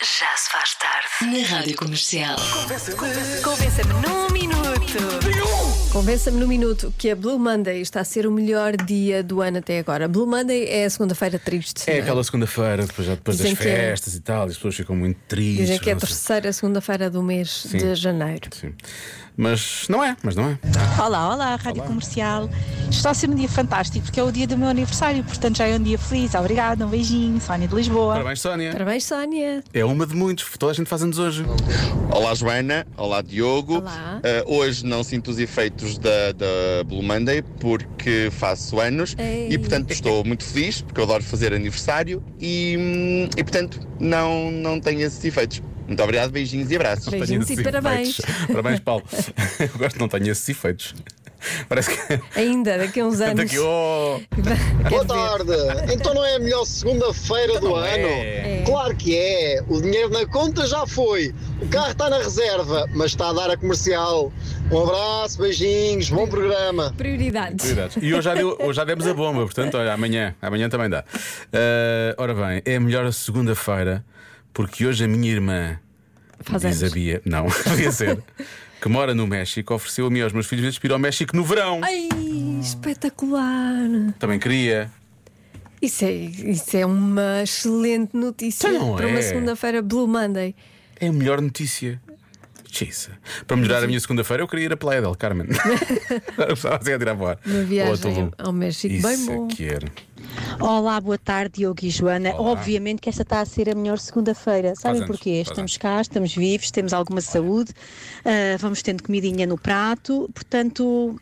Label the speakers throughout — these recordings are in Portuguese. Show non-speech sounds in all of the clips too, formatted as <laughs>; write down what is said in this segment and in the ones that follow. Speaker 1: Já se faz tarde na Rádio Comercial.
Speaker 2: Convença-me num minuto.
Speaker 3: Convença-me no minuto que a Blue Monday está a ser o melhor dia do ano até agora. Blue Monday é a segunda-feira triste.
Speaker 4: É
Speaker 3: não
Speaker 4: aquela segunda-feira, depois, já depois das
Speaker 3: Dizem que é.
Speaker 4: festas e tal, e as pessoas ficam muito tristes.
Speaker 3: Dizem que é a
Speaker 4: não sei-
Speaker 3: terceira segunda-feira do mês de janeiro.
Speaker 4: Sim. Mas não é, mas não é.
Speaker 5: Olá, olá, Rádio Comercial. Está a ser um dia fantástico porque é o dia do meu aniversário, portanto já é um dia feliz. Obrigada, um beijinho, Sónia de Lisboa.
Speaker 4: Parabéns, Sónia.
Speaker 3: Parabéns, Sónia.
Speaker 4: É uma de muitos, toda a gente faz anos hoje.
Speaker 6: Olá Joana, olá Diogo.
Speaker 3: Olá.
Speaker 6: Eh, hoje não sinto os efeitos da, da Blue Monday porque faço anos
Speaker 3: Ei.
Speaker 6: e portanto estou muito feliz porque eu adoro fazer aniversário e, hum, e portanto não, não tenho esses efeitos. Muito obrigado, beijinhos e abraços.
Speaker 3: Beijinhos.
Speaker 4: Tenho
Speaker 3: e
Speaker 4: esses
Speaker 3: parabéns.
Speaker 4: efeitos. <laughs> Parabéns, Paulo. Eu gosto que não tenho esses efeitos. Parece que.
Speaker 3: Ainda daqui a uns anos.
Speaker 4: <laughs> Daqui,
Speaker 3: <laughs>
Speaker 4: oh,
Speaker 7: Boa tarde! Então não é a melhor segunda-feira do
Speaker 4: não
Speaker 7: ano?
Speaker 4: é.
Speaker 7: Claro que é! O dinheiro na conta já foi, o carro está na reserva, mas está a dar a comercial. Um abraço, beijinhos, bom programa!
Speaker 3: Prioridades.
Speaker 4: Cuidados. E hoje já, deu- hoje já demos a bomba, portanto, olha, amanhã, amanhã também dá. Ah, ora bem, é melhor a segunda-feira, porque hoje a minha irmã,
Speaker 3: Faz
Speaker 4: diz a
Speaker 3: anos.
Speaker 4: Bia, não, <laughs> devia ser, que mora no México, ofereceu-me aos meus filhos de ir ao México no verão.
Speaker 3: Ai, espetacular.
Speaker 4: Também queria.
Speaker 3: Isso é, isso é uma excelente notícia
Speaker 4: Então não
Speaker 3: para uma
Speaker 4: é.
Speaker 3: segunda-feira Blue Monday.
Speaker 4: É a melhor notícia. Jesus. Para melhorar a minha segunda-feira, eu queria ir à Praia
Speaker 3: <laughs>
Speaker 4: del Carmen. Agora precisava assim a tirar fora.
Speaker 3: Uma viagem
Speaker 4: Ou a Tulum.
Speaker 3: ao México
Speaker 4: Isso
Speaker 3: bem bom.
Speaker 4: é que era.
Speaker 8: Olá, boa tarde, Diogo e Joana.
Speaker 4: Olá.
Speaker 8: Obviamente que esta está a ser a melhor segunda-feira. Sabem
Speaker 4: anos,
Speaker 8: porquê?
Speaker 4: faz
Speaker 8: Estamos cá, estamos vivos, temos alguma saúde, ah, vamos tendo comidinha no prato, portanto,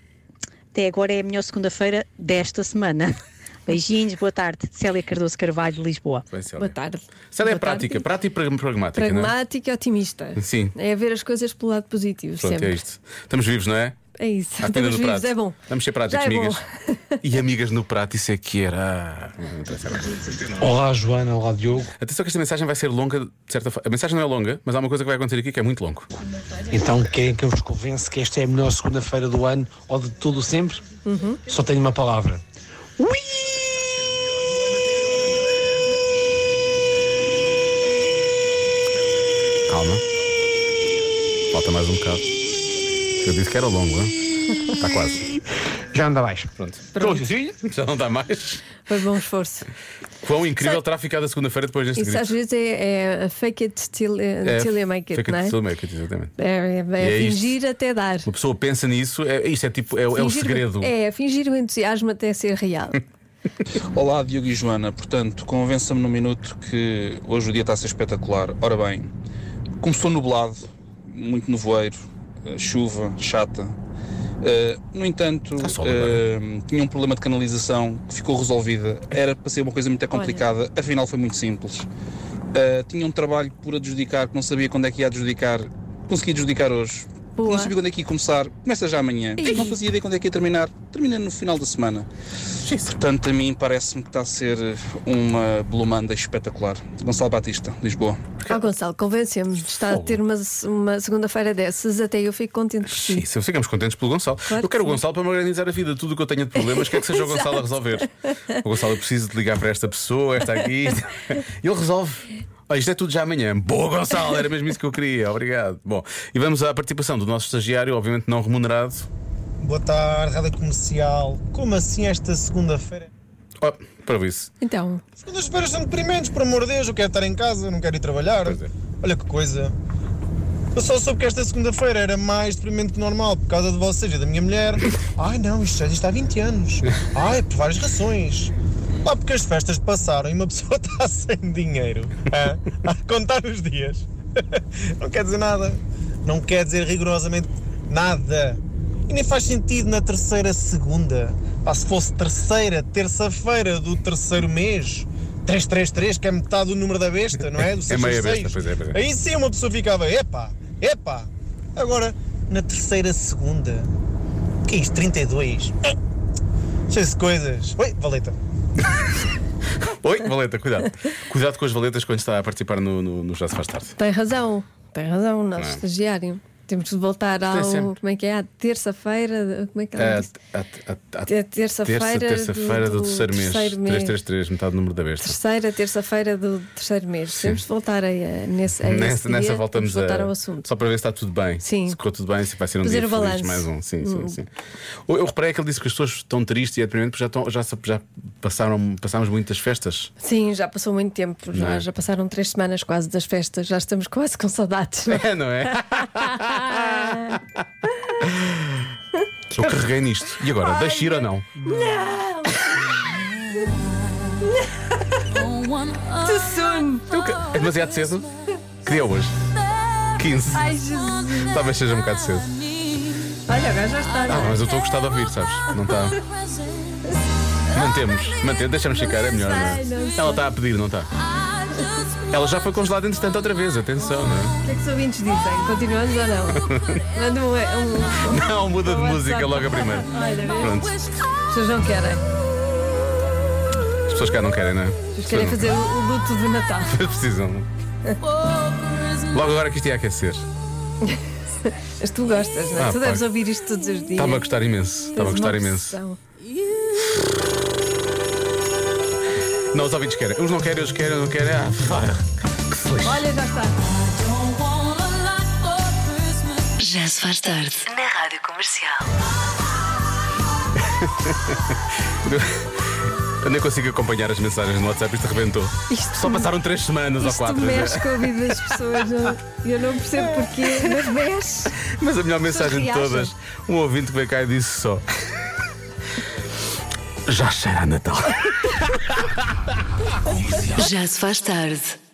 Speaker 8: até agora é a melhor segunda-feira desta semana. <laughs> Beijinhos, boa tarde. Célia Cardoso Carvalho, Lisboa.
Speaker 4: Bem, Célia.
Speaker 3: Boa tarde.
Speaker 4: Célia é
Speaker 3: Boa tarde.
Speaker 4: prática, prática e pragmática, não é?
Speaker 3: Pragmática e otimista.
Speaker 4: Sim.
Speaker 3: É ver as coisas pelo lado positivo,
Speaker 4: Pronto,
Speaker 3: sempre.
Speaker 4: é isto. Estamos vivos, não é?
Speaker 3: É isso. <laughs>
Speaker 4: À comida
Speaker 3: Estamos
Speaker 4: no
Speaker 3: vivos,
Speaker 4: prato.
Speaker 3: é bom.
Speaker 4: Vamos ser práticos,
Speaker 3: Já é
Speaker 4: amigas.
Speaker 3: bom.
Speaker 4: <laughs> E amigas no prato, isso é que era. Ah,
Speaker 9: Olá Joana, olá Diogo.
Speaker 4: Atenção que esta mensagem vai ser longa, de certa forma. A mensagem não é longa, mas há uma coisa que vai acontecer aqui que é muito longo.
Speaker 9: Então querem que eu vos convence que esta é a melhor segunda-feira do ano ou de todo o sempre? Só tenho uma palavra.
Speaker 4: Calma. Falta mais um bocado. Eu disse que era longo, hein? Está quase.
Speaker 9: Já anda mais.
Speaker 4: Pronto.
Speaker 9: Pronto. Sim.
Speaker 4: Já não dá mais.
Speaker 3: Foi bom esforço.
Speaker 4: Quão incrível terá ficado a segunda-feira depois deste
Speaker 3: é- Isso às
Speaker 4: grito.
Speaker 3: vezes é, é fake it till, eh, till you make
Speaker 4: fake
Speaker 3: it, não é?
Speaker 4: till you make it, exatamente.
Speaker 3: É, é, é
Speaker 4: E é isto.
Speaker 3: fingir até dar.
Speaker 4: Uma pessoa pensa nisso, é, isso é tipo, é, é o
Speaker 3: Fingir-
Speaker 4: segredo. É
Speaker 3: É, fingir o entusiasmo até ser
Speaker 4: <laughs>
Speaker 3: real.
Speaker 10: Olá, Diogo e Joana. Portanto, convença-me num minuto que hoje o dia está a ser espetacular. Ora bem, começou nublado, muito nevoeiro, eh, chuva chata. Eh, no entanto,
Speaker 4: Está sol
Speaker 10: eh, tinha um problema de canalização que ficou resolvida. Era para ser uma coisa muito complicada, afinal foi muito simples. Eh, tinha um trabalho por adjudicar que não sabia quando é que ia adjudicar. Consegui adjudicar hoje.
Speaker 3: Boa.
Speaker 10: Não sabia quando é que ia começar. Começa já amanhã.
Speaker 3: Ei.
Speaker 10: Não fazia ideia quando é que ia terminar. Termina no final da semana. Portanto, a mim parece-me que está a ser uma blumanda espetacular. Gonçalo Batista, Lisboa.
Speaker 3: Ó Gonçalo, convencemos. Está a ter uma, uma segunda-feira dessas, até eu fico contente por ti.
Speaker 4: Isso, ficamos contentes pelo Gonçalo.
Speaker 3: Claro
Speaker 4: eu quero
Speaker 3: que
Speaker 4: o
Speaker 3: sim.
Speaker 4: Gonçalo para me organizar a vida. Tudo o que eu tenho de problemas, quer que
Speaker 3: <laughs>
Speaker 4: seja o Gonçalo a resolver. O Gonçalo, eu preciso de ligar para esta pessoa, esta
Speaker 3: <laughs>
Speaker 4: aqui. isto. Ele resolve. Olha, isto é tudo já amanhã. Boa, Gonçalo, era mesmo isso que eu queria. Obrigado. Bom, e vamos à participação do nosso estagiário, obviamente não remunerado.
Speaker 11: Boa tarde, Rádio Comercial. Como assim esta segunda-feira?
Speaker 4: Oh, para isso.
Speaker 3: Então,
Speaker 11: Segundas-feiras são deprimentes, por amor de Deus. Eu quero estar em casa, eu não quero ir trabalhar.
Speaker 4: Pois é.
Speaker 11: Olha que coisa. Eu só soube que esta segunda-feira era mais deprimente que normal por causa de vocês e da minha mulher. Ai não, isto já existe há 20 anos. Ai, é por várias razões. Lá porque as festas passaram e uma pessoa <laughs> está sem dinheiro ah, a contar os dias. <laughs> Não quer dizer nada. Não quer dizer rigorosamente nada. E nem faz sentido na terceira segunda. Pá, se fosse terceira, terça-feira do terceiro mês. 333, que é metade do número da besta, não é? Do
Speaker 4: <laughs> É meia
Speaker 11: 666.
Speaker 4: besta, pois é, pois é.
Speaker 11: Aí sim uma pessoa ficava, epá, epá. Agora, na terceira segunda, que é isto? 32? Eh, Cheio-se de coisas. Oi, valeta.
Speaker 4: Oi, Valeta, cuidado. Cuidado com as valetas quando está a participar no, no, no Já Se Faz Tarde.
Speaker 3: tem razão. Tem razão, o nosso
Speaker 4: Não é?
Speaker 3: estagiário. Temos de voltar ao.
Speaker 4: sempre.
Speaker 3: Como é que é? À terça-feira. Como é que ela disse?
Speaker 4: A, a, a,
Speaker 3: A terça-feira
Speaker 4: terça, feira do,
Speaker 3: do- do
Speaker 4: terceiro mês.
Speaker 3: terceiro mês.
Speaker 4: 333, metade do número da besta.
Speaker 3: Terceira, terça-feira do terceiro mês.
Speaker 4: Sim.
Speaker 3: Temos de voltar a, a, nesse, a esse
Speaker 4: Nessa,
Speaker 3: dia,
Speaker 4: nessa
Speaker 3: temos
Speaker 4: voltamos
Speaker 3: de voltar
Speaker 4: a.
Speaker 3: ao assunto.
Speaker 4: Só para ver se está tudo bem.
Speaker 3: Sim.
Speaker 4: Se ficou tudo bem, se vai ser um
Speaker 3: Fazer
Speaker 4: dia
Speaker 3: o
Speaker 4: feliz,
Speaker 3: balanço.
Speaker 4: mais um. Sim, sim,
Speaker 3: Hum.
Speaker 4: sim. Eu eu reparei que ele disse que as pessoas estão tristes e é deprimente porque já, estão, já, se- já passaram, passámos muitas festas. <laughs>
Speaker 3: Sim, já passou muito tempo.
Speaker 4: Não
Speaker 3: Já,
Speaker 4: é?
Speaker 3: já passaram três semanas quase das festas. Já estamos quase com saudades.
Speaker 4: É, não
Speaker 3: <laughs>
Speaker 4: é? Eu carreguei nisto. E agora, deixa ir ou não?
Speaker 2: Não!
Speaker 3: Too soon!
Speaker 4: É demasiado cedo? Que dia é hoje? 15.
Speaker 3: Ai, Jesus!
Speaker 4: Talvez seja um bocado cedo.
Speaker 3: Olha, agora já está.
Speaker 4: Ah, mas eu estou a gostar de ouvir, sabes? Não está. Mantemos, mantemos, deixamos ficar, é melhor. Não é? Ela está a pedir, não está? Ela já foi congelada entretanto outra vez, atenção, não é?
Speaker 3: O que é que os ouvintes dizem? Continuamos ou não? Manda um. um- um-
Speaker 4: Não, muda de
Speaker 3: um
Speaker 4: música
Speaker 3: WhatsApp.
Speaker 4: logo a primeira.
Speaker 3: Olha,
Speaker 4: Pronto,
Speaker 3: vês? As pessoas não querem.
Speaker 4: as pessoas cá não querem, não é? <laughs>
Speaker 3: As pessoas querem fazer o, o luto do Natal.
Speaker 4: Precisam. Logo agora que isto ia aquecer.
Speaker 3: Mas tu gostas, não é?
Speaker 4: Ah,
Speaker 3: tu deves
Speaker 4: pá. Tá
Speaker 3: ouvir isto todos os dias.
Speaker 4: Estava a gostar imenso,
Speaker 3: Tens
Speaker 4: estava
Speaker 3: uma
Speaker 4: a gostar imenso.
Speaker 3: obsessão.
Speaker 4: Não, os ouvintes querem. Uns não querem, outros querem, não querem. Ah, pá. que se lixe.
Speaker 3: Olha, já está.
Speaker 1: Já se faz tarde na Rádio Comercial.
Speaker 4: Eu nem consigo acompanhar as mensagens no WhatsApp, isto arrebentou.
Speaker 3: Isto-
Speaker 4: Só passaram três semanas ou
Speaker 3: Isto
Speaker 4: quatro. é?
Speaker 3: mexe com a vida das pessoas. não- é? Eu não percebo porquê, mas mexe.
Speaker 4: Mas a melhor
Speaker 3: As pessoas
Speaker 4: mensagem de
Speaker 3: reagem.
Speaker 4: todas, um ouvinte que veio cá e disse só. Já cheira a Natal.
Speaker 1: Já se faz tarde